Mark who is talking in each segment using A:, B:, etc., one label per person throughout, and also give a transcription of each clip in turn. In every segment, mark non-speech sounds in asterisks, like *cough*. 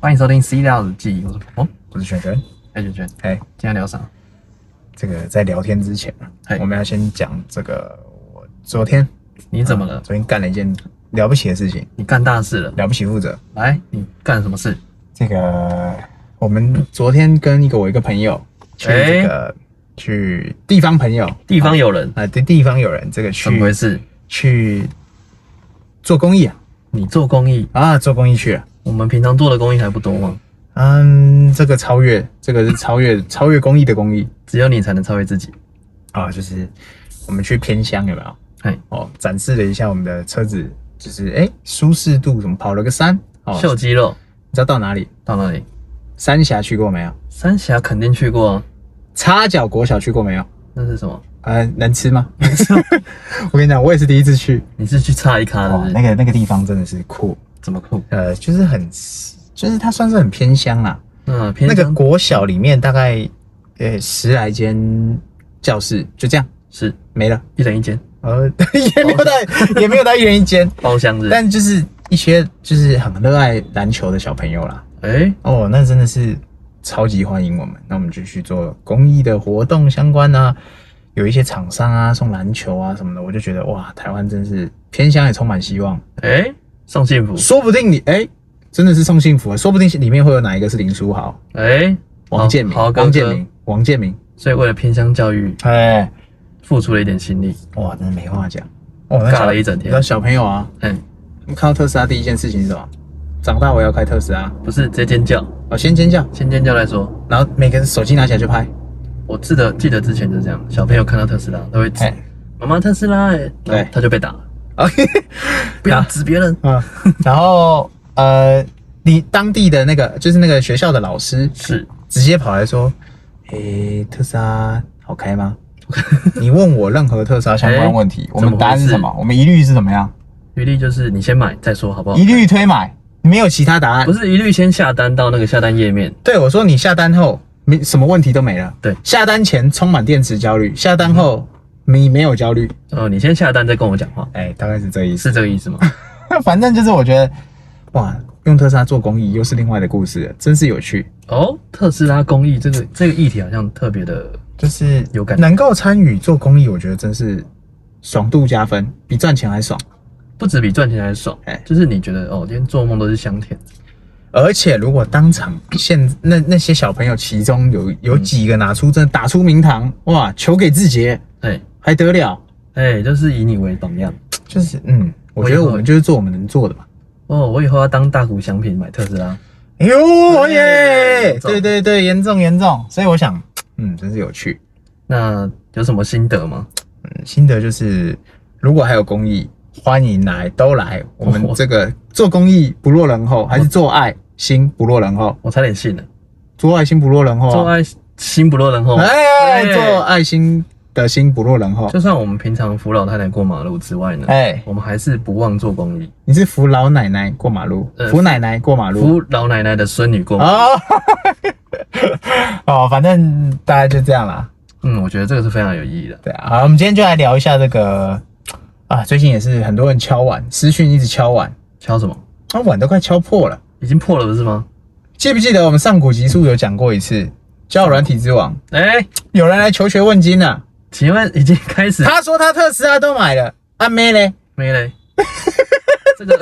A: 欢迎收听《C 料日记》，我是哦，
B: 我是璇璇。
A: 哎娟娟，今
B: 哎，
A: 天聊啥？
B: 这个在聊天之前
A: 嘿，
B: 我们要先讲这个我昨天
A: 你怎么了？
B: 昨天干了一件了不起的事情，
A: 你干大事了！
B: 了不起负责。
A: 来，你干什么事？
B: 这个我们昨天跟一个我一个朋友去这个、去地方朋友
A: 地方有人，
B: 啊，对、地方有人这个
A: 怎么回
B: 去
A: 事？
B: 去做公益啊
A: 你做公益，
B: 啊，做公益去了。
A: 我们平常做的公益还不多吗？
B: 嗯，这个超越，这个是超越超越公益的公益
A: 只有你才能超越自己。
B: 啊，就是我们去偏乡有没有？
A: 嘿，
B: 哦，展示了一下我们的车子，就是哎、舒适度，怎么跑了个山？哦，
A: 秀肌肉
B: 你知道到哪里？
A: 到哪里？
B: 三峡去过没有？
A: 三峡肯定去过啊，
B: 插脚国小去过没有？
A: 那是什么？
B: 呃，能
A: *laughs*
B: 吃吗？我跟你讲，我也是第一次去。
A: 你是去差一咖的
B: 哦
A: 是，不
B: 那
A: 是？
B: 个那个地方真的是酷，
A: 怎么酷？
B: 呃，就是很，就是它算是很偏乡啦。
A: 嗯，偏
B: 那个
A: 向
B: 国小里面大概呃十来间教室，就这样
A: 是
B: 没了。
A: 一人一间
B: 呃， *laughs* 也没有到，
A: 哦
B: 也没有到一人一间，
A: 包厢是不是？
B: 但就是一些就是很热爱篮球的小朋友啦。
A: 哎，
B: 哦，那真的是超级欢迎我们。那我们就去做公益的活动相关啊，有一些厂商啊送篮球啊什么的，我就觉得哇，台湾真是偏乡也充满希望。
A: 哎，送幸福，
B: 说不定你哎、真的是送幸福啊！说不定里面会有哪一个是林书豪、
A: 哎，
B: 王建民、
A: 好好哥
B: 王建
A: 哥
B: 民、。王建民，
A: 所以为了偏乡教育，
B: 哎、
A: 付出了一点心力。
B: 哇，真的没话讲。哦，那
A: 尬
B: 小
A: 了一整天
B: 那小朋友啊，
A: 哎，
B: 他们看到特斯拉第一件事情是什么？长大我要开特斯拉。
A: 不是直接尖叫，
B: 哦，先尖叫，
A: 先尖叫来说，
B: 然后每个人手机拿起来就拍。
A: 我记得记得之前就是这样，小朋友看到特斯拉都会指
B: 哎、
A: 妈妈特斯拉、欸，
B: 对
A: 然后他就被
B: *laughs*
A: 打，
B: o k
A: 不要指别人，
B: 嗯，然后呃，你当地的那个就是那个学校的老师
A: 是
B: 直接跑来说：“诶、特斯拉好开吗？”你问我任何特斯拉相关问题，我
A: 怎么
B: 们
A: 回
B: 答案是
A: 事
B: 什么？我们一律哎是怎么样？
A: 一律就是你先买再说好不好
B: 一？律推买，没有其他答案
A: 不。是一律先下单到那个下单页面，
B: 对我说，你下单后没什么问题都没了。
A: 对
B: 下单前充满电池焦虑，下单后你没有焦虑。
A: 呃，你先下单再跟我讲话，
B: 哎、大概是这意思。
A: 是这个意思吗？
B: *laughs* 反正就是我觉得，哇，用特斯拉做公益又是另外的故事了，真是有趣。
A: 哦，特斯拉公益这个这个议题好像特别的，
B: 就是
A: 有感觉
B: 能够参与做公益，我觉得真是爽度加分，比赚钱还爽。
A: 不止比赚钱还爽
B: 哎，
A: 就是你觉得哦，连做梦都是香甜，
B: 而且如果当场现那那些小朋友，其中有有几个拿出真的打出名堂，哇，求给志杰
A: 哎
B: 还得了？
A: 哎，就是以你为榜样。
B: 就是嗯，我
A: 我
B: 觉
A: 以
B: 得
A: 后
B: 我们就是做我们能做的嘛。
A: 哦，我以后要当大股祥品买特斯拉。
B: 哎呦
A: 对
B: 耶，对对对，严重严重。所以我想，嗯，真是有趣。
A: 那有什么心得吗？
B: 嗯，心得就是，如果还有公益，欢迎来都来。我们这个做公益不落人后，还是做爱心不落人后。
A: 我差点信了，
B: 做爱心不落人后、啊，
A: 做爱心不落人后。
B: 哎、
A: 哎
B: 做爱心的心不落人后。
A: 就算我们平常扶老太太过马路之外呢，
B: 哎、
A: 我们还是不忘做公益，
B: 你是扶老奶奶过马路，
A: 呃
B: 扶奶奶过马路。
A: 扶老奶奶的孙女过马路。
B: 哦，哦，反正大概就这样啦。
A: 嗯，我觉得这个是非常有意义的。
B: 对啊，好，我们今天就来聊一下这个啊，最近也是很多人敲碗，私讯一直敲碗，
A: 敲什么？
B: 啊，碗都快敲破了。
A: 已经破了不是吗？
B: 记不记得我们上古集数有讲过一次交友软体之王，
A: 哎、
B: 有人来求学问津啊？
A: 请问已经开始
B: 他说他特斯拉都买了，阿、妹嘞？
A: 没嘞？这个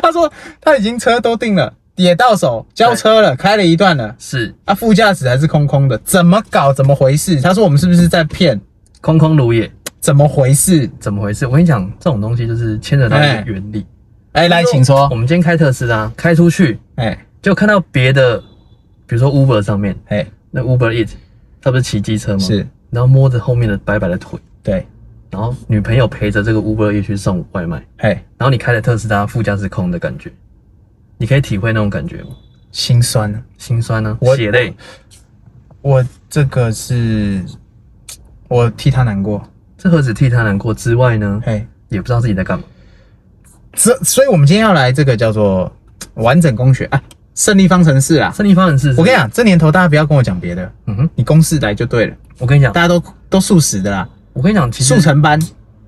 B: 他说他已经车都订了，也到手，交车了，开了一段了，
A: 是
B: 啊，副驾驶还是空空的，怎么搞？怎么回事？他说我们是不是在骗？
A: 空空如也，
B: 怎么回事？
A: 怎么回事？我跟你讲，这种东西就是牵扯到一个
B: 哎
A: 原理。
B: 哎，来，请说
A: 我。们今天开特斯拉，开出去
B: 哎
A: 就看到别的，比如说 Uber 上面，
B: 哎，
A: 那 Uber Eat，他不是骑机车吗？
B: 是。
A: 然后摸着后面的白白的腿，
B: 对，
A: 然后女朋友陪着这个 Uber Eat 去送外卖，
B: 哎，
A: 然后你开了特斯拉，副驾驶空的感觉，你可以体会那种感觉吗？
B: 心酸啊。
A: 心酸呢、
B: 我
A: 血泪，
B: 我这个是，我替他难过。
A: 这何止替他难过之外呢，
B: 哎，
A: 也不知道自己在干嘛。
B: 这，所以我们今天要来这个叫做完整供血啊，胜利方程式啊。
A: 胜利方程式，
B: 我跟你，讲，这年头大家不要跟我讲别的，
A: 嗯哼，
B: 你公式来就对了，
A: 我跟你讲
B: 大，家都都素食的啦，嗯
A: 我跟你讲，其
B: 速
A: 实
B: 成班。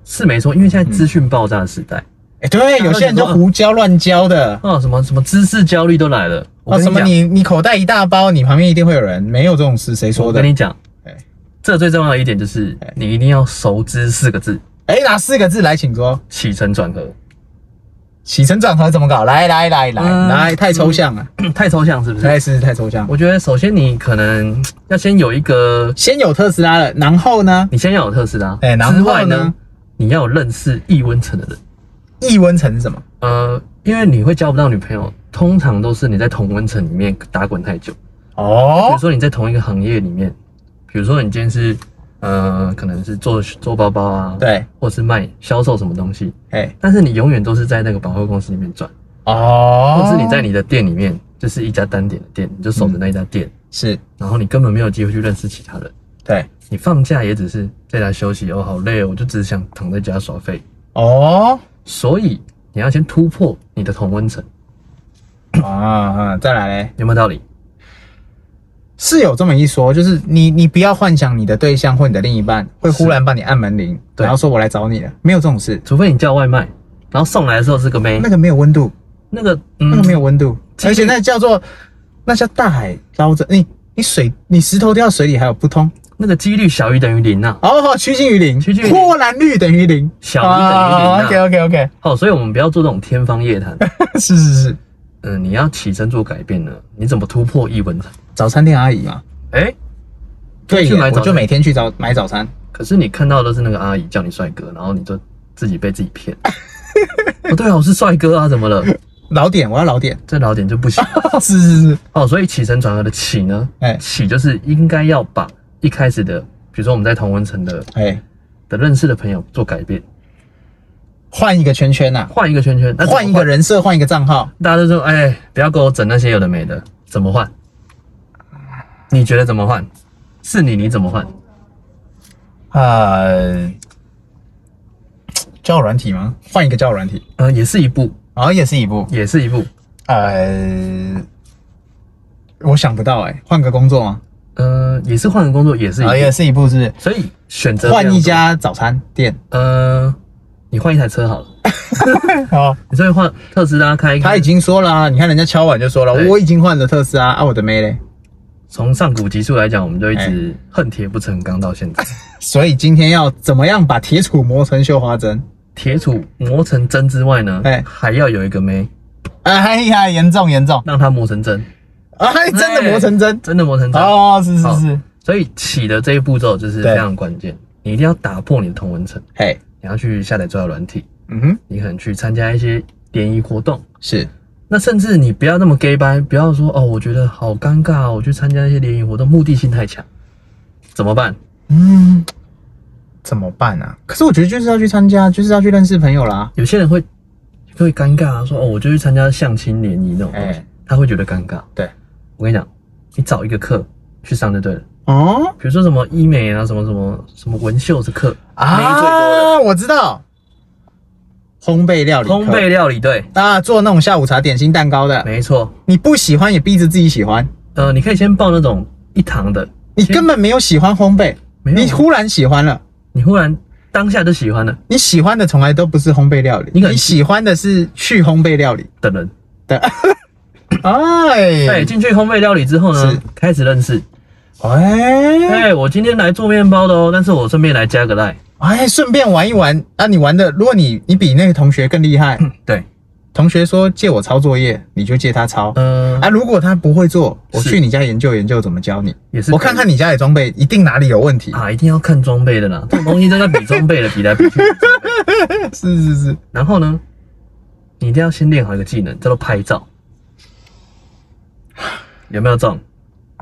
A: 是没错，因为现在资讯爆炸的时代，
B: 哎、对，有些人就胡椒乱浇的，
A: 啊，什么什么知识焦虑都来了。我
B: 啊，
A: 跟
B: 什
A: 你
B: 么
A: 讲，
B: 你你口袋一大包，你旁边一定会有人，没有这种事，谁说
A: 我
B: 的
A: 跟？你讲
B: 哎，
A: 这最重要的一点就是
B: 哎
A: 你一定要熟知四个字：
B: 哎、哪四个字来，请说。
A: 起承转合。 *clears throat*
B: 起承转合怎么搞？来来来来、
A: 嗯
B: 来，太抽象了，
A: 太抽象是不是？
B: 太是太抽象。
A: 我觉得首先你可能要先有一个，
B: 先有特斯拉了，然后呢？
A: 你先要有特斯拉，
B: 哎然后
A: 之外
B: 呢
A: 呢，你要有认识易温层的人。
B: 易温层是什么？
A: 呃，因为你会交不到女朋友，通常都是你在同温层里面打滚太久。比如
B: 哦，
A: 说你在同一个行业里面，比如说你今天是呃，可能是做做包包啊，，
B: 对，
A: 或是卖销售什么东西，
B: 哎、
A: 但是你永远都是在那个百货公司里面转，
B: 哦，
A: 或是你在你的店里面，就是一家单点的店，你就守着那一家店，
B: 是，
A: 然后你根本没有机会去认识其他人。
B: 对，
A: 你放假也只是在家休息，哦，好累哦，我就只想躺在家耍废。
B: 哦，
A: 所以你要先突破你的同温层，
B: 啊，嗯再来嘞，
A: 有没有道理？
B: 是有这么一说，就是你你不要幻想你的对象或你的另一半会忽然帮你按门铃，
A: 对
B: 然后说我来找你了，没有这种事，
A: 除非你叫外卖，然后送来的时候是个妹
B: 那，个没有温度，
A: 那个
B: 那
A: 嗯
B: 个没有温度，
A: 其实
B: 而且那叫做那叫大海捞针，你你水你石头掉到水里还有不通，
A: 那个几率小于等于零呐、
B: 哦，好趋近于零，
A: 趋近于零
B: 波澜率等于零，
A: 小于等于零啊
B: OK OK OK， *laughs*
A: 好，所以我们不要做这种天方夜谭。
B: 是是是，
A: 嗯，你要起身做改变呢，你怎么突破一文层？
B: 早餐店阿姨嘛，
A: 哎、
B: 对
A: 去
B: 耶，
A: 买
B: 我
A: 啊早
B: 就
A: 餐
B: 每天去早买早餐，
A: 可是你看到的是那个阿姨叫你帅哥，然后你就自己被自己
B: *laughs*
A: 骗。不对啊，我是帅哥啊，怎么了？
B: 老点我要
A: *laughs*
B: 老点，
A: 这老点就不行。
B: 是是是，
A: 哦，所以起承转合的起呢，
B: 哎
A: 起就是应该要把一开始的，比如说我们在同文层的
B: 哎，
A: 的认识的朋友做改变，
B: 换一个圈圈呐、
A: 换一个圈圈，那怎么
B: 换一个，人设，换一个账号，
A: 大家都说，哎、不要给我整那些有的没的，怎么换？你觉得怎么换？是你，你怎么换？
B: 呃，交友软体吗？换一个交友软体，
A: 呃，也是一步，
B: 然后也是一部，
A: 也是一步。
B: 呃，我想不到哎、换个工作吗？
A: 呃，也是换个工作，也是一
B: 啊、
A: 步。
B: 也是一部是
A: 所以选择
B: 换一
A: 非常
B: 家早餐店，
A: 多。呃，你换一台车好了。
B: 哦，
A: 你所以换特斯拉开一开
B: 他已经说了、啊，你看人家敲碗就说了，
A: 对
B: 我已经换了特斯拉啊，我的妹嘞，
A: 从上古集数来讲，我们就一直
B: 哎
A: 恨铁不成钢到现在。
B: 所以今天要怎么样把铁杵磨成绣花针？
A: 铁杵磨成针之外呢
B: 哎，
A: 还要有一个妹
B: 哎呀，严重严重，
A: 让它磨成针，
B: 哎，真的磨成针，
A: 真的磨成针。
B: 哦，是是
A: 好
B: 是，
A: 所以起的这一步骤就是
B: 对
A: 非常关键，你一定要打破你的同文层，
B: 嘿，
A: 你要去下载重要软体，
B: 嗯哼，
A: 你可能去参加一些联谊活动，
B: 是，
A: 那甚至你不要那么 gay 掰，不要说哦，我觉得好尴尬哦，我去参加一些联谊活动，目的性太强，怎么办？
B: 嗯，怎么办啊？可是我觉得就是要去参加，就是要去认识朋友啦。
A: 有些人会会尴尬啊，说哦，我就去参加相亲联谊那种东西，
B: 哎
A: 他会觉得尴尬。
B: 对，
A: 我跟你讲，你找一个课去上就对了，
B: 哦
A: 比如说什么医美啊，什么什么什么纹绣的课，妹最多
B: 啊，我知道，烘焙料理啊
A: 的
B: 课，
A: 烘焙料理，对，
B: 啊，做那种下午茶、点心、蛋糕的，
A: 没错。
B: 你不喜欢也逼着自己喜欢，
A: 呃，你可以先报那种一堂的，
B: 你根本没有喜欢烘焙，
A: 没有
B: 你忽然喜欢了，
A: 你忽然当下就喜欢了
B: 你喜欢的从来都不是烘焙料理，
A: 你可能
B: 你喜欢的是去烘焙料理
A: 的人， *laughs*
B: 的。
A: 对，
B: 哎，
A: 进去烘焙料理之后
B: 是
A: 呢，开始认识。
B: 哎，
A: 哎，我今天来做面包的哦，但是我顺便来加个赖。
B: 哎，顺便玩一玩。啊，你玩的，如果你你比那个同学更厉害，
A: 对，
B: 同学说借我抄作业，你就借他抄。
A: 呃，
B: 啊，如果他不会做，我
A: 是
B: 去你家研究研究怎么教你。
A: 也是
B: 我
A: 可以
B: 看看你家里装备一定哪里有问题。
A: 啊，一定要看装备
B: *laughs*
A: 的啦，这种东西真的比装备的比来比去。
B: 是是是，
A: 然后呢，你一定要先练好一个技能，叫做拍照。
B: *sighs*
A: 有没有中？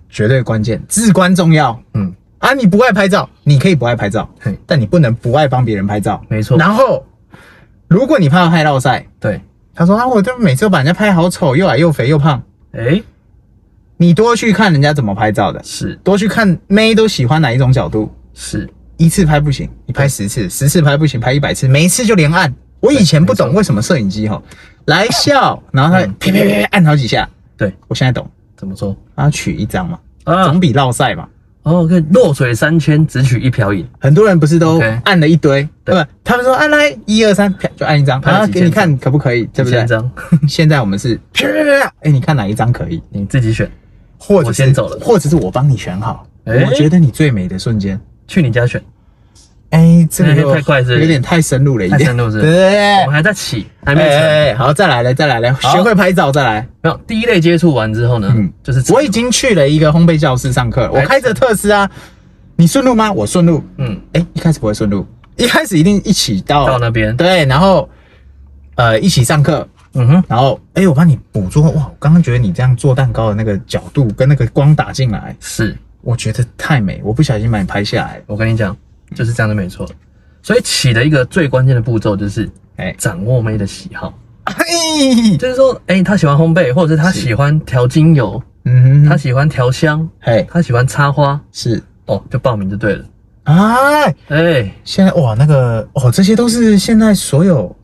B: 绝对关键，至关重要。
A: 嗯，
B: 啊，你不爱拍照，你可以不爱拍照
A: 嘿，
B: 但你不能不爱帮别人拍照。
A: 没错
B: 然后，如果你怕拍到晒，
A: 对，
B: 他说啊，我就每次都把人家拍好丑，又矮又肥又胖。
A: 哎、
B: 你多去看人家怎么拍照的，
A: 是
B: 多去看妹都喜欢哪一种角度。
A: 是，
B: 一次拍不行，你拍十次，十次拍不行，拍一百次，每一次就连按。我以前不懂为什么摄影机哈来笑，然后它
A: 嗯
B: 啪啪啪啪按好几下，
A: 对，
B: 我现在懂，
A: 怎么说
B: 啊，取一张嘛，
A: 啊
B: 总？比落赛嘛。
A: 哦，可以弱水三千，只取一瓢饮。
B: 很多人不是都
A: OK
B: 按了一堆，
A: 对
B: 不，他们说按来一二三，啪就按一张，
A: 拍了
B: 然
A: 几
B: 后给
A: 千
B: 你看可不可以，对不
A: 一
B: 对
A: 千？张，
B: *laughs* 现在我们是，啪哎，你看哪一张可以？
A: 你自己选。
B: 或者
A: 我
B: 是
A: 先走了
B: 或者是我帮你选好，
A: 哎
B: 我觉得你最美的瞬间。
A: 去你家选，
B: 哎，这个
A: 哎
B: 又
A: 太快是不是
B: 有点太深入了一点，
A: 太深入是不是
B: 对对对
A: 我们还在起，还
B: 哎
A: 没成。
B: 哎，哎好，再来了，再来了，
A: 好
B: 学会拍照，再来。
A: 没有第一类接触完之后呢，
B: 嗯
A: 就是哎
B: 我已经去了一个烘焙教室上课，我开着特斯拉，你顺路吗？我顺路。
A: 嗯
B: 哎、一开始不会顺路，一开始一定一起到
A: 到那边，
B: 对，然后呃一起上课，
A: 嗯哼，
B: 然后哎、我帮你捕捉哇，我刚刚觉得你这样做蛋糕的那个角度跟那个光打进来，
A: 是
B: 我觉得太美，我不小心把你拍下来。
A: 我跟你讲，就是这样的没错。所以起的一个最关键的步骤就是
B: 哎、
A: 掌握妹的喜好，
B: 嘿，
A: 就是说，哎、她喜欢烘焙，或者是她喜欢调精油，
B: 嗯
A: 她喜欢调香，
B: 哎
A: 她喜欢插花，
B: 是
A: 哦，就报名就对了。
B: 啊，
A: 哎、
B: 现在哇那个哦，这些都是现在所有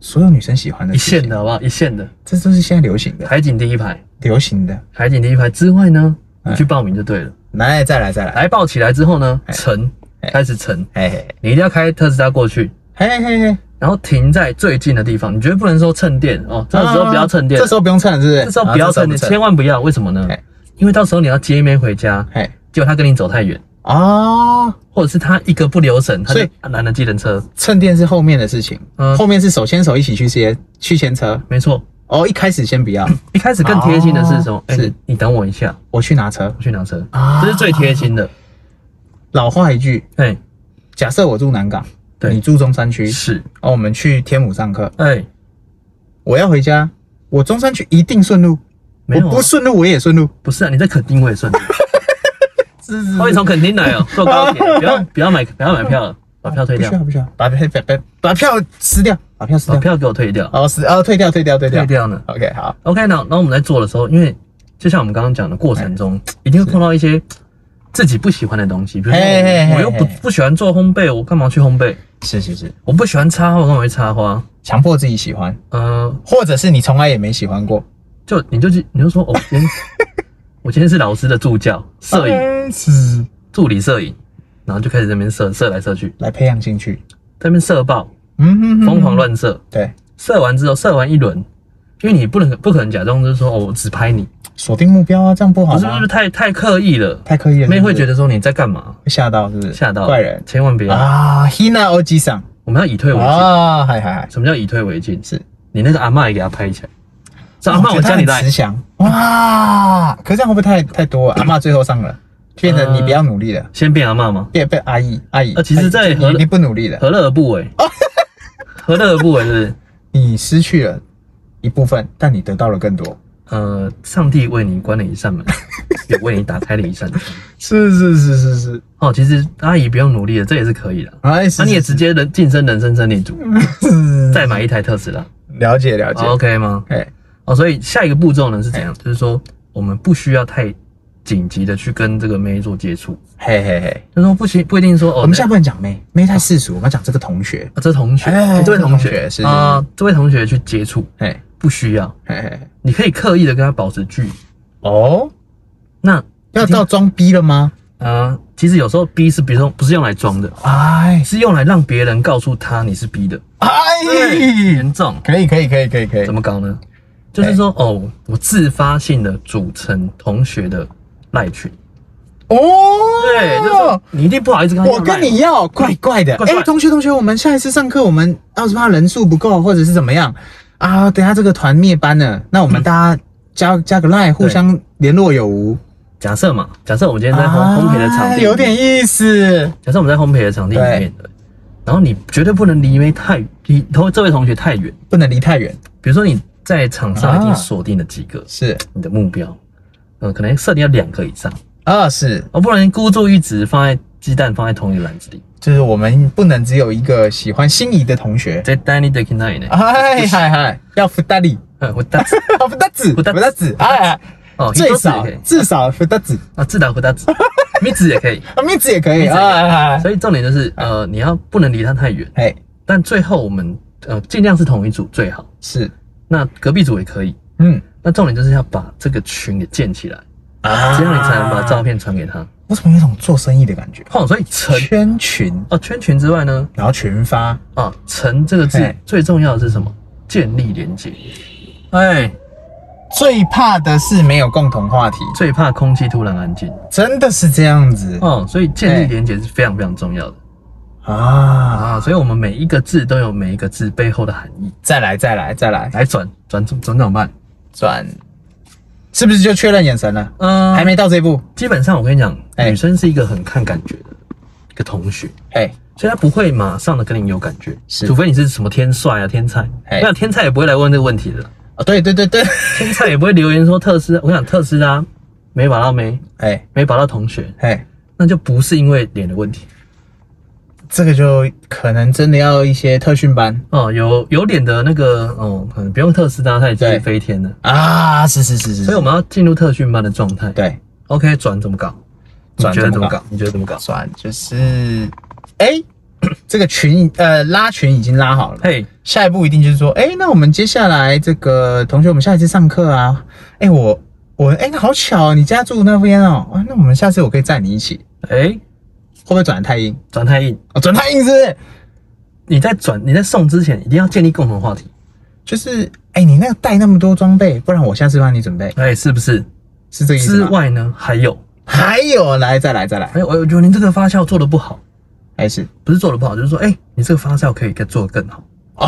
B: 所有女生喜欢的
A: 一
B: 事情
A: 线的好不好？一线的
B: 这都是现在流行 *laughs* 的，
A: 海景第一排，
B: 流行的。
A: 海景第一排之外呢，
B: 哎
A: 你去报名就对了。
B: 来，再来，再来，
A: 来报起来之后呢，
B: 哎
A: 乘
B: 哎
A: 开始乘，
B: 嘿嘿
A: 你一定要开特斯拉过去，
B: 嘿嘿嘿，
A: 然后停在最近的地方，你绝对不能说蹭电哦，这时候不要蹭电，
B: *laughs* 啊这时候不用蹭，是不是？
A: 这时候不要
B: 啊
A: 蹭电，千万不要，为什么呢
B: 哎？
A: 因为到时候你要接妹回家，
B: 嘿，
A: 结果她跟你走太远，
B: 哦，
A: 或者是她一个不留神，她
B: 所
A: 就
B: 以
A: 拦了计程车，
B: 蹭电是后面的事情，
A: 嗯
B: 后面是手牵手一起去接去牵车。
A: 没错。
B: 哦，一开始先不要，
A: *laughs* 一开始更贴心的是什么
B: 哦？
A: 哎，
B: 是
A: 你你等我一下，
B: 我去拿车
A: 我。去拿车，
B: 啊
A: 这是最贴心的。
B: 老话一句，
A: 哎，
B: 假设我住南港，
A: 对
B: 你住中山区，
A: 是，
B: 哦，我们去天母上课，
A: 哎，
B: 我要回家，我中山区一定顺路，
A: 没有啊
B: 我不顺路我也顺路，
A: 不是啊，你在垦丁我也顺路，
B: 是是
A: 我也从垦丁
B: *laughs*
A: 来哦，坐高铁，不要不要买不要买票了，把票退
B: 不需
A: 掉，
B: 要不需要，把票把把把票撕掉，把票撕
A: 把
B: 掉，
A: 票给我退掉，
B: 哦撕哦退掉退掉退掉
A: 退掉呢。
B: ，OK 好，
A: OK，那那我们在做的时候，因为就像我们刚刚讲的过程
B: 嗯
A: 中，一定会碰到一些自己不喜欢的东西，比如说
B: 嘿嘿嘿
A: 我又不
B: 嘿
A: 不喜欢做烘焙，我干嘛去烘焙？
B: 是是是，
A: 我不喜欢插花，我干嘛去插花？
B: 强迫自己喜欢，
A: 呃，
B: 或者是你从来也没喜欢过，
A: 就你就去你就说，哦，今
B: *laughs*
A: 天我今天是老师的助教，摄影
B: 影嗯是
A: 助理摄影，然后就开始在那边射射来射去，
B: 来培养兴趣，
A: 在那边射爆，
B: 嗯哼哼
A: 疯狂，乱射，
B: 对，
A: 射完之后射完一轮。因为你不能不可能假装就是说哦，我只拍你，
B: 锁定目标啊，这样不好
A: 不
B: 吗？
A: 是不是太太刻意了，
B: 太刻意了，
A: 妹会觉
B: 得
A: 得说你在干嘛，
B: 会吓到，是不是？
A: 吓到
B: 怪人
A: 千万不要。
B: 啊，Hina O G 上
A: 我们要以退为进。
B: 啊，嗨嗨嗨，
A: 什么叫以退为进？
B: 是哦
A: 你那个阿嬷也给他拍起来，说阿嬷我
B: 觉得
A: 家里
B: 他
A: 来
B: 很慈，祥哇，可是这样会不会太太多啊？阿妈最后上了，变成你不要努力了，
A: 先变阿嬷吗？
B: 变变阿姨阿姨
A: 呃，其实在
B: 你
A: 和
B: 你不努力了，
A: 何乐而不为？
B: 哦
A: 何乐而不为是不是？
B: 你失去了一部分，但你得到了更多，
A: 呃，上帝为你关了一扇
B: *laughs*
A: 门，也为你打开了一扇窗。
B: 是是是是是，
A: 哦，其实阿姨不用努力了，这也是可以的。
B: 哎，
A: 那、你也直接人晋升人生胜利组，再买一台特斯拉、
B: 嗯了解了解
A: 哦、，OK 吗？
B: 哎，
A: 哦，所以下一个步骤呢是怎样？就是说我们不需要太紧急的去跟这个妹做接触，
B: 嘿嘿嘿，
A: 就是说不行，不一定说哦，
B: 我们现在不能讲妹，妹太世俗，我们要讲这个同学，
A: 啊，这同学，
B: 哎
A: 这位同
B: 这位
A: 学
B: 同学是
A: 啊，这位同学去接触，
B: 嘿
A: 不需要，
B: 嘿嘿，嘿
A: 你可以刻意的跟他保持距离。
B: 哦，
A: 那
B: 要到装逼了吗？
A: 呃，其实有时候逼是，比如说不是用来装的，
B: 哎
A: 是用来让别人告诉他你是逼的，
B: 哎，
A: 严重。
B: 可以可以可以可以可以
A: 怎，么搞呢？就是说，
B: 哎
A: 哦，我自发性的组成同学的赖群，
B: 哦，
A: 对，就是说你一定不好意思跟他要哦
B: 我
A: line
B: 跟你要怪怪的，
A: 怪
B: 哎、
A: 怪
B: 同学同学，我们下一次上课我们要是怕人数不够或者是怎么样啊，等下这个团灭班了，那我们大家加、加个 line，互相联络有无？
A: 假设嘛，假设我们今天在烘烘焙的场地
B: 啊
A: 里面，
B: 有点意思，
A: 假设我们在烘焙的场地里面的，然后你绝对不能离妹太离同这位同学太远。
B: 不能离太远，
A: 比如说你在场
B: 啊
A: 上已经锁定了几个
B: 是
A: 你的目标，嗯，可能设定要两个以上，
B: 啊，是，
A: 哦，不然孤注一掷，放在鸡蛋放在同一个篮子里。
B: 就是我们不能只有一个喜欢心仪的同学，
A: 在 Danny d e k i n a 呢，
B: 哎嗨嗨，要福大利，
A: 呃我打
B: 福大子，福
A: 福大子
B: 大子，哎，哎
A: 哦，
B: *laughs* 最
A: 一
B: 少
A: 桌子也可以
B: 至少福大子，
A: 啊，自打回答子， *laughs* 米子也可
B: *laughs*
A: 以。
B: 啊，名字也可以，
A: 名字也可以
B: 哎哎
A: 所以重点就是，呃，你要不能离他太远，
B: 哎，哎
A: 但最后我们呃尽量是同一组最好。
B: 是，
A: 那隔壁组也可以。
B: 嗯。
A: 那重点就是要把这个群给建起来，
B: 啊
A: 这样你才能把照片传给他。
B: 我怎么有一种做生意的感觉？
A: 哦，所以成
B: 圈群，
A: 哦圈群之外呢，
B: 然后群发，
A: 啊成这个字
B: 嘿
A: 最重要的是什么？建立连接。哎，
B: 最怕的是没有共同话题，
A: 最怕空气突然安静。
B: 真的是这样子
A: 哦，所以建
B: 哎
A: 立连接是非常非常重要的
B: 啊！
A: 啊。所以我们每一个字都有每一个字背后的含义。
B: 再来，再来，再来，
A: 来转转转转怎么办？
B: 转，是不是就确认眼神了？
A: 嗯，
B: 还没到这一步，
A: 基本上我跟你讲，
B: 哎
A: 女生是一个很看感觉的一个同学，
B: 哎
A: 所以她不会马上的跟你有感觉，
B: 是
A: 除非你是什么天帅啊天才，
B: 哎
A: 我想天才也不会来问这个问题的，
B: 啊，对对
A: *laughs*
B: 对对，
A: 天才也不会留言说特斯拉，我想特斯拉没把到没
B: 哎
A: 没把到同学，
B: 哎，
A: 那就不是因为脸的问题
B: 这个就可能真的要一些特训班
A: 哦，有有脸的那个哦，可能不用特斯拉，他已
B: 对
A: 经飞天了，
B: 啊，是是是是，
A: 所以我们要进入特训班的状态。
B: 对
A: OK，转怎么搞？你
B: 转
A: 觉得
B: 怎
A: 怎
B: 么
A: 么
B: 搞
A: 搞？你觉得怎么搞？
B: 转就是，哎， *clears throat* 这个群已呃拉群已经拉好了。
A: 嘿，
B: 下一步一定就是说，哎、那我们接下来这个同学，我们下一次上课啊，哎、我我哎、那好巧哦，你家住那边哦、啊，那我们下次我可以载你一起，
A: 哎，
B: 会不会转得太硬？
A: 转太硬。
B: 哦，转太硬是不是？
A: 你在转你在送之前，一定要建立共同话题，
B: 就是哎、你那个带那么多装备，不然我下次帮你准备，
A: 哎、是不是？
B: 是这个意思
A: 之
B: 吗？
A: 外呢，还有，
B: 还有，来再来再来，
A: 哎、我我觉得您这个发酵做的不好，
B: 还是，
A: 不是做的不好，就是说，哎、你这个发酵可以再做得更好。
B: 哎、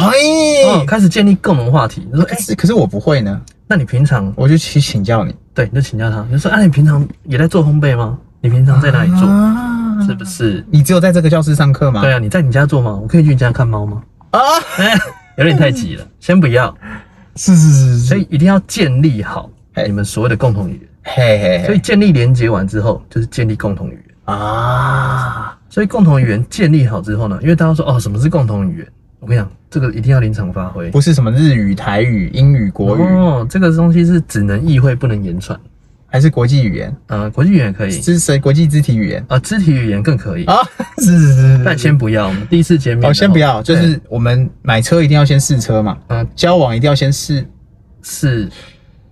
A: 哦，开始建立共同话题。你说，哎、
B: 可是可是我不会呢，
A: 那你平常
B: 我就去请教你，
A: 对，你就请教他，你就说，啊，你平常也在做烘焙吗？你平常在哪里做？
B: 啊
A: 是不是？
B: 你只有在这个教室上课吗？
A: 对啊，你在你家做吗？我可以去你家看猫吗？
B: 啊，
A: 哎、有点太急了，先不要。
B: 是是是是，
A: 所以一定要建立好
B: 哎
A: 你们所谓的共同语言。
B: 嘿嘿嘿，
A: 所以建立连接完之后，就是建立共同语言。
B: 啊。
A: 所以共同语言建立好之后呢，因为大家说哦，什么是共同语言？我跟你讲，这个一定要临场发挥。
B: 不是什么日语、台语、英语、国语，
A: 哦，这个东西是只能意会不能言传。
B: 还是国际语言，
A: 呃，国际语言可以，
B: 是谁国际肢体语言
A: 啊、肢体语言更可以。
B: 啊？是是是是
A: 但先不要，我们第一次见面
B: 哦，
A: 的
B: 先
A: 话
B: 不要，就
A: 对
B: 是我们买车一定要先试车嘛，
A: 嗯
B: 交往一定要先试
A: 试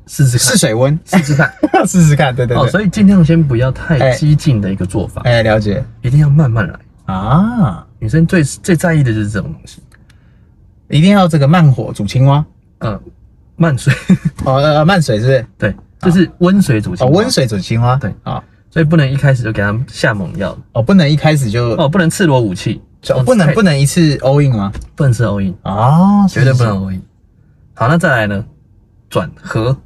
A: 试试
B: 试
A: 看，
B: 水温， *laughs*
A: 试试看。
B: 试试看，对对
A: 哦，
B: 对，
A: 所以尽量先不要
B: 哎
A: 太激进的一个做法，
B: 哎，了解
A: 一定要慢慢来。
B: 啊，
A: 女生最最在意的就是这种东西。
B: 一定要这个慢火煮青蛙，
A: 嗯，慢水， *laughs*
B: 哦呃慢水是不是？
A: 对，就是温水煮青
B: 啊哦
A: 蛙。
B: 温，水煮青蛙，
A: 对
B: 啊
A: 所以不能一开始就给他们下猛药。
B: 哦不能一开始就
A: 哦，不能赤裸武器，
B: 哦不能不
A: 能
B: 能一次 all in 吗？
A: 不能吃 all in，
B: 哦，
A: 绝对不
B: 是
A: 能 all in。好，那再来呢？转和，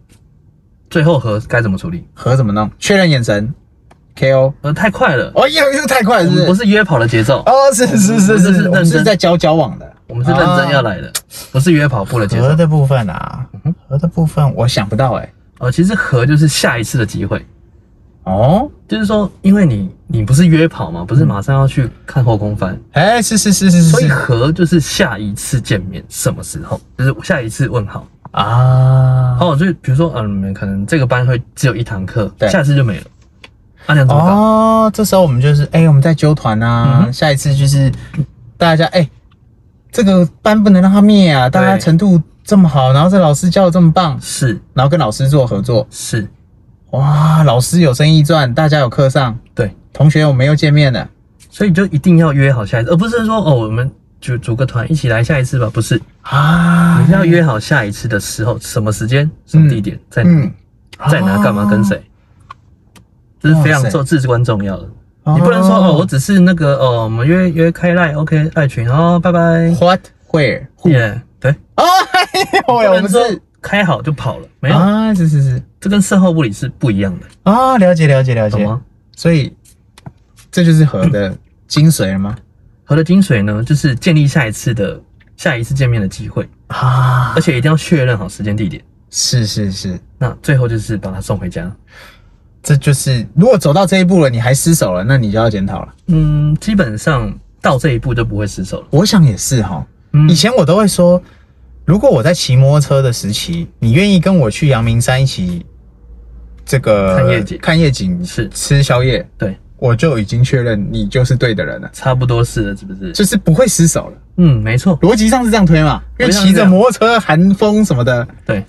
A: 最后和该怎么处理？
B: 和怎么弄？确认眼神，KO，
A: 呃，太快了，
B: 哦又又太快了
A: 我
B: 是
A: 们
B: 不
A: 不？
B: 是
A: 是约跑的节奏，
B: 哦，是是是
A: 我们这
B: 是，
A: 是
B: 我们
A: 认
B: 是
A: 真
B: 在交交往的，
A: 我们是认真要嗯
B: 啊。
A: 来的，不是约跑步的节
B: 和
A: 奏。
B: 的部分啊，和的部分我想不到哎、
A: 哦，其实和就是下一次的机会，
B: 哦，
A: 就是说，因为你你不是约跑嘛，不是马上要去看后空翻，
B: 哎、是是是是
A: 所以
B: 是
A: 和就是下一次见面什么时候，就是下一次问好。
B: 啊，
A: 哦，就是比如说，嗯，你们可能这个班会只有一堂课
B: 对，
A: 下次就没了，那、啊、你想怎么搞？
B: 哦，这时候我们就是哎、我们在纠团
A: 嗯
B: 啊，下一次就是大家哎、这个班不能让他灭啊，大家程度这么好，然后这老师教的这么棒，
A: 是
B: 然后跟老师做合作，
A: 是，
B: 哇，老师有生意赚，大家有课上，
A: 对，
B: 同学我们又见面了，
A: 所以就一定要约好下一次，而不是说哦，我们组组个团一起来下一次吧，不是，
B: 啊
A: 你是要约好下一次的时候，什么时间、什么地点，在哪
B: 嗯
A: 里，，在哪干嘛，跟谁，这是非常
B: 哇塞
A: 重至关重要的。
B: 哦
A: 你不能说哦，我只是那个哦，我们约约开赖，OK，赖群哦，拜拜，
B: what where
A: 耶，对，
B: 哦，哎呦喂，
A: 不
B: 我
A: 能
B: 们
A: 说
B: 是
A: 开好就跑了，没有，
B: 啊，是是是
A: 这跟售后不理是不一样的，
B: 啊，了解了解了
A: 懂
B: 解
A: 吗，？
B: 所以这就是和 *coughs* 的精髓了吗？
A: 和的精髓呢，就是建立下一次的下一次见面的机会，
B: 啊
A: 而，且一定要确认好时间地点。
B: 是是是，
A: 那最后就是把他送回家。
B: 这就是如果走到这一步了，你还失手了，那你就要检讨了。
A: 嗯，基本上到这一步就不会失手了。
B: 我想也是哈，
A: 嗯
B: 以前我都会说，如果我在骑摩托车的时期，你愿意跟我去阳明山一起这个
A: 看夜景
B: 看夜景
A: 是
B: 吃宵夜，
A: 对，
B: 我就已经确认你就是对的人了，
A: 差不多是了，是不是？
B: 就是不会失手了。
A: 嗯，没错，
B: 逻辑上是这样推嘛，因为骑着摩托车、寒风什么的，
A: 对。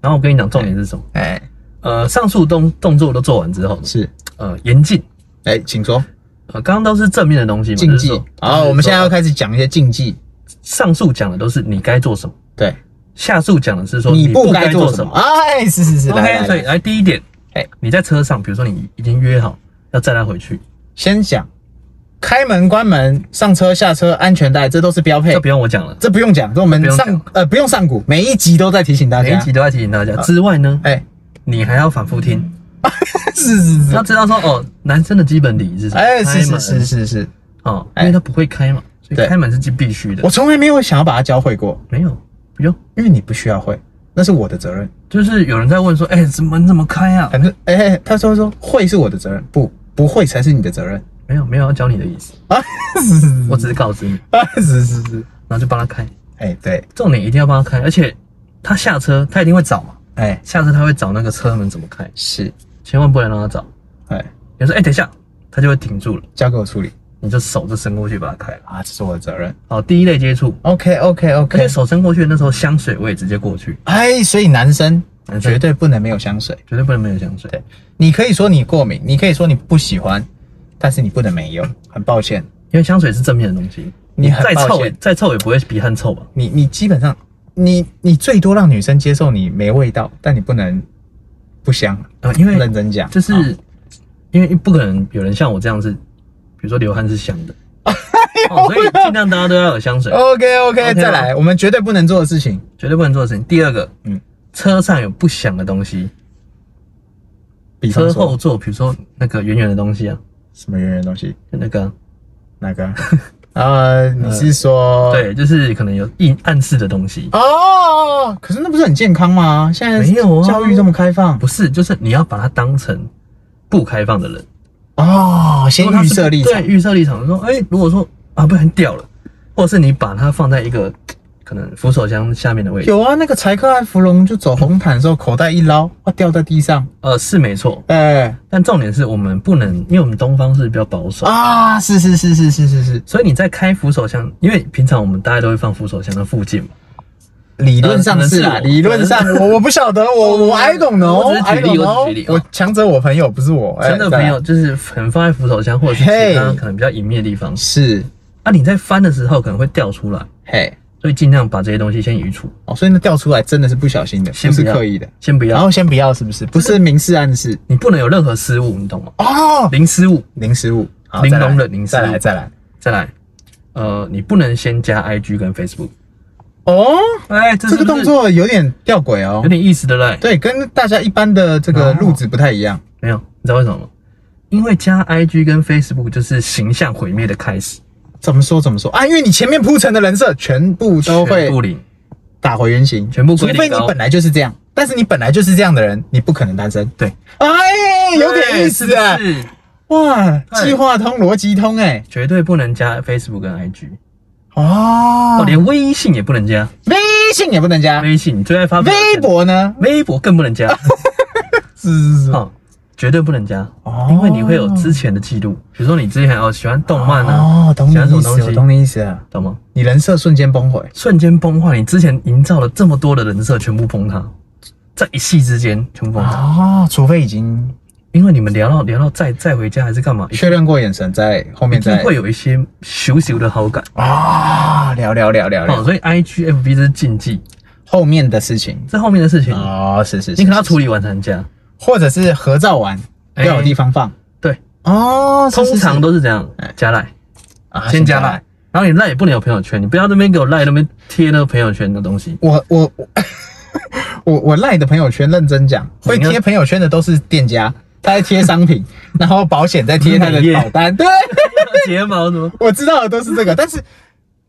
A: 然后我跟你讲重点是什么？
B: 哎，
A: 呃，上述动动作都做完之后呢，
B: 是
A: 呃，严禁
B: 哎，请说
A: 呃，刚刚都是正面的东西嘛，
B: 禁
A: 就是
B: 忌
A: 说。
B: 好，我们现在要开始讲一些禁忌。
A: 上述讲的都是你该做什么，
B: 对，
A: 下述讲的是说
B: 你
A: 不
B: 不
A: 该
B: 该
A: 做
B: 做什么？。哎，是是是，来
A: OK，
B: 来
A: 所以
B: 来，
A: 来第一点，
B: 哎
A: 你在车上，比如说你已经约好要载他回去，
B: 先讲开门、关门、上车、下车、安全带，这都是标配
A: 这。不用我讲了，
B: 这不用讲，这我们
A: 不用讲
B: 上呃不用上股，每一集都在提醒大
A: 每一
B: 家。
A: 集都在提醒大家。之外呢，
B: 哎，
A: 你还要反复听，
B: 是是是
A: 要，知道说哦，男生的基本礼仪是什么？
B: 哎是
A: 开门
B: 是是是是，
A: 哦，因
B: 哎
A: 为他不会开嘛，所以
B: 对
A: 开门是必须的
B: 我。从来没有想要把它教会过，
A: 没有，不用。
B: 因为你不需要会，那是我的责任。
A: 就是有人在问说，哎、怎门怎么开啊？
B: 反正哎，他说说会是我的责任，不不会才是你的责任
A: 没有，没有要教你的意思，
B: 啊，是是是
A: 我只 *laughs* 是告知你，
B: 啊，是是是，
A: 然后就帮他开。
B: *laughs* 哎对，
A: 重点一定要帮他开，而且他下车他一定会找嘛，
B: 哎
A: 下车他会找那个车门怎么开，
B: 是，
A: 千万不能让他找。
B: 哎
A: 有时候哎、等一下，他就会停住了，
B: 交给我处理
A: 你就手就伸过去把它开了。
B: 啊，这是我的责任。
A: 好，第一类接触，
B: OK OK
A: 而且
B: OK，
A: 手伸过去那时候香水味直接过去，
B: 哎，所以男生
A: 男生
B: 绝对不能没有香水。
A: 绝对不能没有香水。
B: 对，你可以说你过敏，你可以说你不喜欢，但是你不能没有。很抱歉，
A: 因为香水是正面的东西，
B: 你很
A: 再
B: 抱
A: 臭也
B: 歉，
A: 再臭也不会比汗臭吧？
B: 你你基本上你你最多让女生接受你没味道，但你不能不香。
A: 啊，因为
B: 认真讲，
A: 就是、
B: 啊
A: 因为不可能有人像我这样子，比如说流汗是香
B: *laughs*
A: 的，
B: 哎
A: 哦、所以尽量大家都要有香水，OK
B: OK OK，
A: 吧
B: 再来，我们绝对不能做的事情，
A: 绝对不能做的事情。第二个，
B: 嗯
A: 车上有不响的东西，
B: 比方
A: 车后
B: 说
A: 座，比如说那个圆圆的东西啊，
B: 什么圆圆的东西，
A: 就那个啊、
B: 哪个？ *laughs* 呃，你是说
A: 对，就是可能有意暗示的东西，
B: 哦？可是那不是很健康吗？现在
A: 没有啊
B: 教育这么开放
A: 不是，就是你要把它当成不开放的人，
B: 哦，
A: 如
B: 先
A: 果他
B: 预
A: 是
B: 设立场
A: 对，预设立场说，哎、如果说啊，不然掉了，或者是你把它放在一个可能扶手箱下面的位置，
B: 有啊，那个柴克汉芙蓉就走红毯的时候，口袋一捞，哇，掉在地上。
A: 呃，是没错，
B: 哎、
A: 但重点是我们不能，因为我们东方是比较保守，
B: 啊，是是是是是是是，
A: 所以你在开扶手箱，因为平常我们大家都会放扶手箱的附近嘛。
B: 理论上是啦，
A: 呃可能是我
B: 理论上我我不晓得，我我 I don't know，
A: 哦我只是举例
B: I don't know
A: 我只是举例
B: 我强者我朋友不是我，哎
A: 真的朋友就是很放在扶手箱或者是其他
B: 嘿
A: 可能比较隐秘的地方，
B: 是
A: 啊，你在翻的时候可能会掉出来，
B: 嘿
A: 所以尽量把这些东西先移除，
B: 哦，所以那掉出来真的是不小心的，
A: 先
B: 不
A: 不
B: 是
A: 要
B: 刻意的，
A: 先不
B: 然
A: 要，
B: 后先不要是不是？不是明示暗示
A: 你不能有任何失误，你懂吗？
B: 哦，
A: 零失误，
B: 零失误，好
A: 零
B: 再来
A: 容忍零失误
B: 再来再来
A: 再来，呃，你不能先加 IG 跟 Facebook，
B: 哦，
A: 哎，这
B: 这
A: 是不
B: 个
A: 是
B: 动作有点吊诡哦
A: 有，点意思的嘞？
B: 对，跟大家一般的这个
A: 哦
B: 路子不太一样。
A: 没有，你知道为什么吗？因为加 IG 跟 Facebook 就是形象毁灭的开始，
B: 怎么说怎么说啊？因为你前面铺陈的人设全部都会
A: 全部零，
B: 打回原形，
A: 全部
B: 除
A: 归零
B: 非你
A: 高
B: 本来就是这样，但是你本来就是这样的人，你不可能单身。
A: 对，
B: 哎，有点意思啊！
A: 是不是
B: 哇，
A: 对
B: 计划通，逻辑通，哎，
A: 绝对不能加 Facebook 跟 IG，哦，
B: 哦，
A: 连微信也不能加。
B: 微信也不能加，
A: 微信你最爱发表的
B: 微博啊呢？
A: 微博更不能加，
B: 是是是，
A: 哦，绝对不能加，
B: 哦
A: 因为你会有之前的记录，比如说你之前哦喜欢动漫啊，
B: 哦，懂你
A: 喜欢什么
B: 意
A: 东
B: 思，
A: 西
B: 我懂你意思啊。
A: 懂吗？
B: 你人设瞬间崩毁，
A: 瞬间崩坏，你之前营造了这么多的人设全部崩塌，在一夕之间全部崩塌，
B: 哦，除非已经
A: 因为你们聊到聊到再再回家还是干嘛，一
B: 确认过眼神，在后面
A: 定
B: 再
A: 会有一些羞羞的好感
B: 啊，聊聊聊聊
A: 哦，
B: 聊
A: 所以 I G F B 这是禁忌，
B: 后面的事情。
A: 这后面的事情
B: 哦，是是是，
A: 你可能要
B: 是
A: 处理完才能加，
B: 或者是合照完
A: 哎
B: 要有地方放。
A: 对，
B: 哦，是
A: 通
B: 是是
A: 常都是这样
B: 哎
A: 加赖。
B: 啊
A: 先加赖。，然后你赖也不能有朋友圈，你不要那边给我赖那边贴那个朋友圈的东西，
B: 我我 *laughs* 我我我赖的朋友圈，认真讲，会
A: 你呢
B: 贴朋友圈的都是店家，他在贴商品，然后保险在贴他的
A: 美业
B: 保单。对，
A: *laughs*
B: *laughs*
A: 睫毛什么？
B: 我知道的都是这个，但是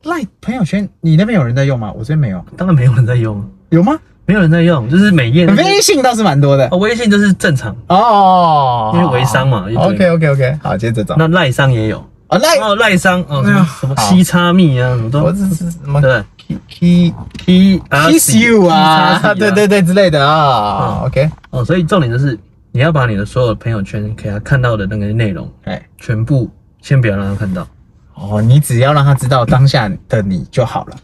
B: 赖朋友圈，你那边有人在用吗？我这边没有，
A: 当然没有人在用，啊
B: 有吗？
A: 没有人在用，就是美业那边、
B: 微信倒是蛮多的
A: 哦、微信就是正常，
B: 哦，
A: 因为微商嘛一堆
B: OK OK OK，好，接着找。
A: 那赖商也有，
B: 哦，赖，
A: 哦赖商哦什
B: 哎
A: 么
B: 呀
A: 什么
B: 好
A: 西叉蜜啊什么都
B: 我只是什么
A: 对
B: K
A: ，P
B: kiss you 啊，对对
A: 对
B: 对之类的啊。
A: 嗯
B: OK，
A: 哦，所以重点就是你要把你的所有朋友圈给他看到的那个内容
B: 哎，
A: 全部先不要让他看到，
B: 哦，你只要让他知道当下的你就好了，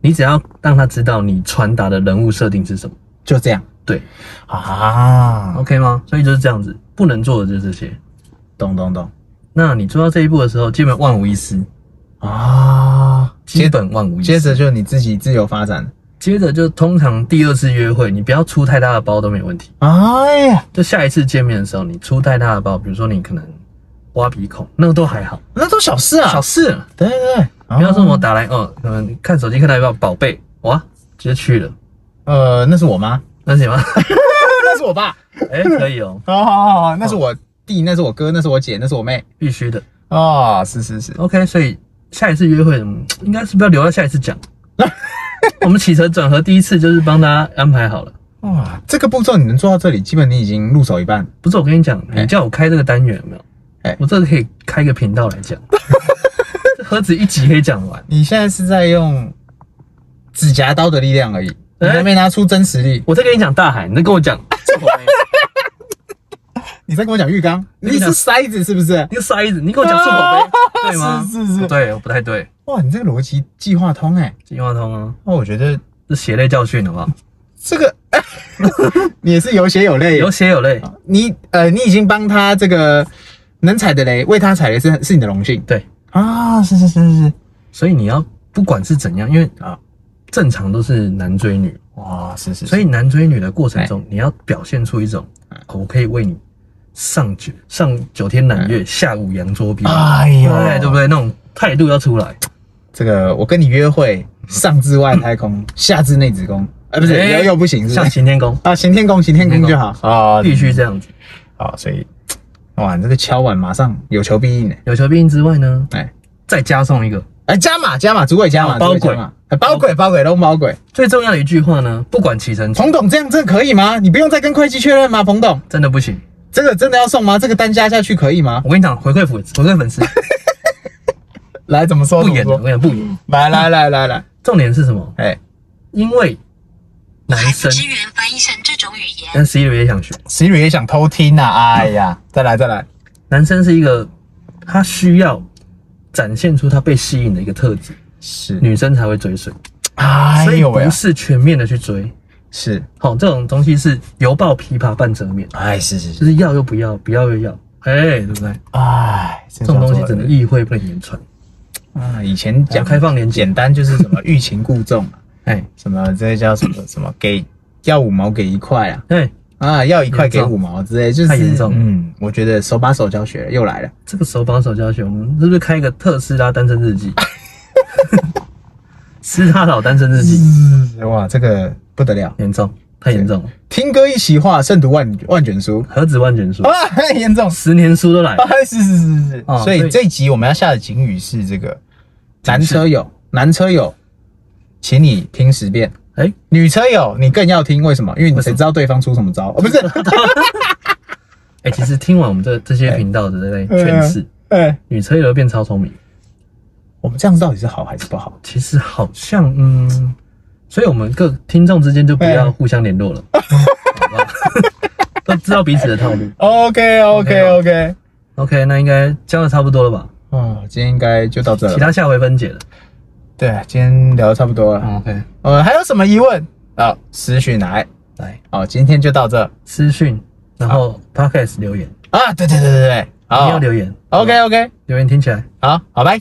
A: 你只要让他知道你传达的人物设定是什么，
B: 就这样
A: 对
B: 啊。
A: ，OK 吗？所以就是这样子，不能做的就是这些。
B: 懂懂懂，
A: 那你做到这一步的时候，基本万无一失，
B: 啊。
A: 基
B: 接
A: 本万无一失。
B: 接着就你自己自由发展
A: 接着就通常第二次约会，你不要出太大的包都没问题。
B: 哎呀，
A: 就下一次见面的时候，你出太大的包，比如说你可能挖鼻孔，那个都还好，
B: 那都小事啊，
A: 小事。
B: 对对对，
A: 不要
B: 哦
A: 说我打来哦，可能看手机看到一半，宝贝，哇，直接去了，
B: 呃，那是我妈，
A: 那行吗？
B: *laughs* 那是我爸，
A: 哎、可以哦，
B: 好好好好，那是我弟，那是我哥，那是我姐，那是我妹。
A: 必须的。
B: 哦，是是是，
A: OK，所以下一次约会嗯应该是不要留到下一次
B: *laughs*
A: 讲。我们起承转合第一次就是帮大家安排好了。
B: 哇，这个步骤你能做到这里，基本你已经入手一半。
A: 不是我跟你讲，
B: 哎
A: 你叫我开这个单元有没有？
B: 哎
A: 我这个可以开一个频道来
B: *laughs*
A: 讲，这何止一集可以讲完？
B: 你现在是在用指甲刀的力量而已，你
A: 哎
B: 还没拿出真实力。
A: 我在跟你讲大海，你在跟我讲这我没
B: *laughs* 你在跟我讲浴缸，
A: 跟
B: 你
A: 你
B: 是
A: 讲
B: 筛子是不是？
A: 那个塞子，你跟我讲是我杯，对吗？
B: 哦是是是
A: 不对，我不太对，
B: 哇，你这个逻辑计划通哎、
A: 金话通啊，
B: 哦，我觉得
A: 这血泪教训好不好？
B: 这个 *laughs* 你也是有血有泪。
A: 有血有泪，
B: 你呃，你已经帮他这个能踩的雷，为他踩雷是是你的荣幸。
A: 对
B: 啊，是是是是是，
A: 所以你要不管是怎样，因为
B: 啊
A: 正常都是男追女，
B: 哇，是是
A: 所
B: 所以
A: 以男追女的过程
B: 哎
A: 中，你要表现出一种，哦我可以为你上九上九天揽月，下五洋捉鳖，
B: 哎呦
A: 对对不对？那种态度要出来，
B: 这个我跟你约会，上至外太空，下至内子宫，呃，不是，
A: 哎
B: 又又不行，是
A: 像
B: 不是？
A: 擎天宫
B: 啊，行天宫，行天宫就好啊
A: 必须这样子。
B: 好，所以哇，你这个敲碗马上有求必应哎，
A: 有求必应之外呢，
B: 哎
A: 再加送一个
B: 哎，加码加码，主鬼加码，
A: 哦包
B: 主加码，哎包鬼包鬼都包鬼，
A: 最重要的一句话呢，不管起程
B: 彭董这样这可以吗？你不用再跟会计确认吗？彭董，
A: 真的不行。
B: 这个真的要送吗？这个单加下去可以吗？
A: 我跟你讲，回馈粉回馈
B: *laughs*
A: 粉丝
B: 来，怎么说？
A: 不演
B: 怎
A: 的，
B: 么
A: 我
B: 说
A: 跟你讲不演。
B: 来来来来来，
A: 重点是什么？
B: 哎
A: 因为男
C: 孩
A: 生
C: 子之源翻译成这种语言。
A: 跟 Siri 也想学，
B: ，Siri 也想偷听呐、啊，哎呀，再来再来，
A: 男生是一个他需要展现出他被吸引的一个特质，
B: 是，
A: 女生才会追随，
B: 哎
A: 所以
B: 呦喂啊
A: 不，是全面的去追。
B: 是，
A: 好、这种东西是犹抱琵琶半遮面，
B: 哎是是，
A: 就是是要又不要，不要又要，哎、对不对？
B: 哎，这
A: 这种东西只能意会不能言传。
B: 啊，以前讲
A: 讲开放连结，
B: 简单就是什么欲擒故纵啊，
A: 哎
B: 什么这叫什么什么给要五毛给一块啊，
A: 哎，
B: 啊要一块给五毛之类，就是
A: 太严重了
B: 嗯，我觉得手把手教学又来了，
A: 这个手把手教学，我们是不是开一个特斯拉单身日记？ *laughs* 斯他老单身日
B: 嗯
A: 记，嗯
B: 哇，这个不得了，
A: 严重，太严重了，
B: 听歌一席话胜读万万
A: *laughs*
B: 卷书
A: 何止万卷书，
B: 啊，太严重，
A: 十年书都来了。
B: *laughs* 哎是是是是
A: 啊，
B: 所以
A: 对
B: 这一集我们要下的警语是这个男
A: 是
B: 车友，男车友，请你听十遍。
A: 哎，
B: 女车友，你更要听，为什么？因为你
A: 为什
B: 才
A: 么
B: 知道对方出什么招，哦，
A: *laughs*
B: 不是，
A: 哎、其实听完我们这这些频道的在劝世，
B: 哎，
A: 女车也会变超聪明。
B: 我们这样子到底是好还是不好？
A: 其实好像，嗯，所以我们各听众之间就不要互相联络了，好不好 *laughs* 都知道彼此的套路。
B: OK OK OK，
A: OK，那应该教的差不多了吧？
B: 哦，今天应该就到这
A: 其
B: 了。
A: 他下回分解了。
B: 对，今天聊的差不多了。
A: 嗯 OK，
B: 呃，还有什么疑问啊、哦？私讯来。
A: 来
B: 哦，今天就到这
A: 私讯，然后 Podcast 留言，
B: 啊！对对对对对，
A: 一定
B: 好
A: 要留言。
B: ，OK OK，
A: 留言听起来。
B: 好好，拜。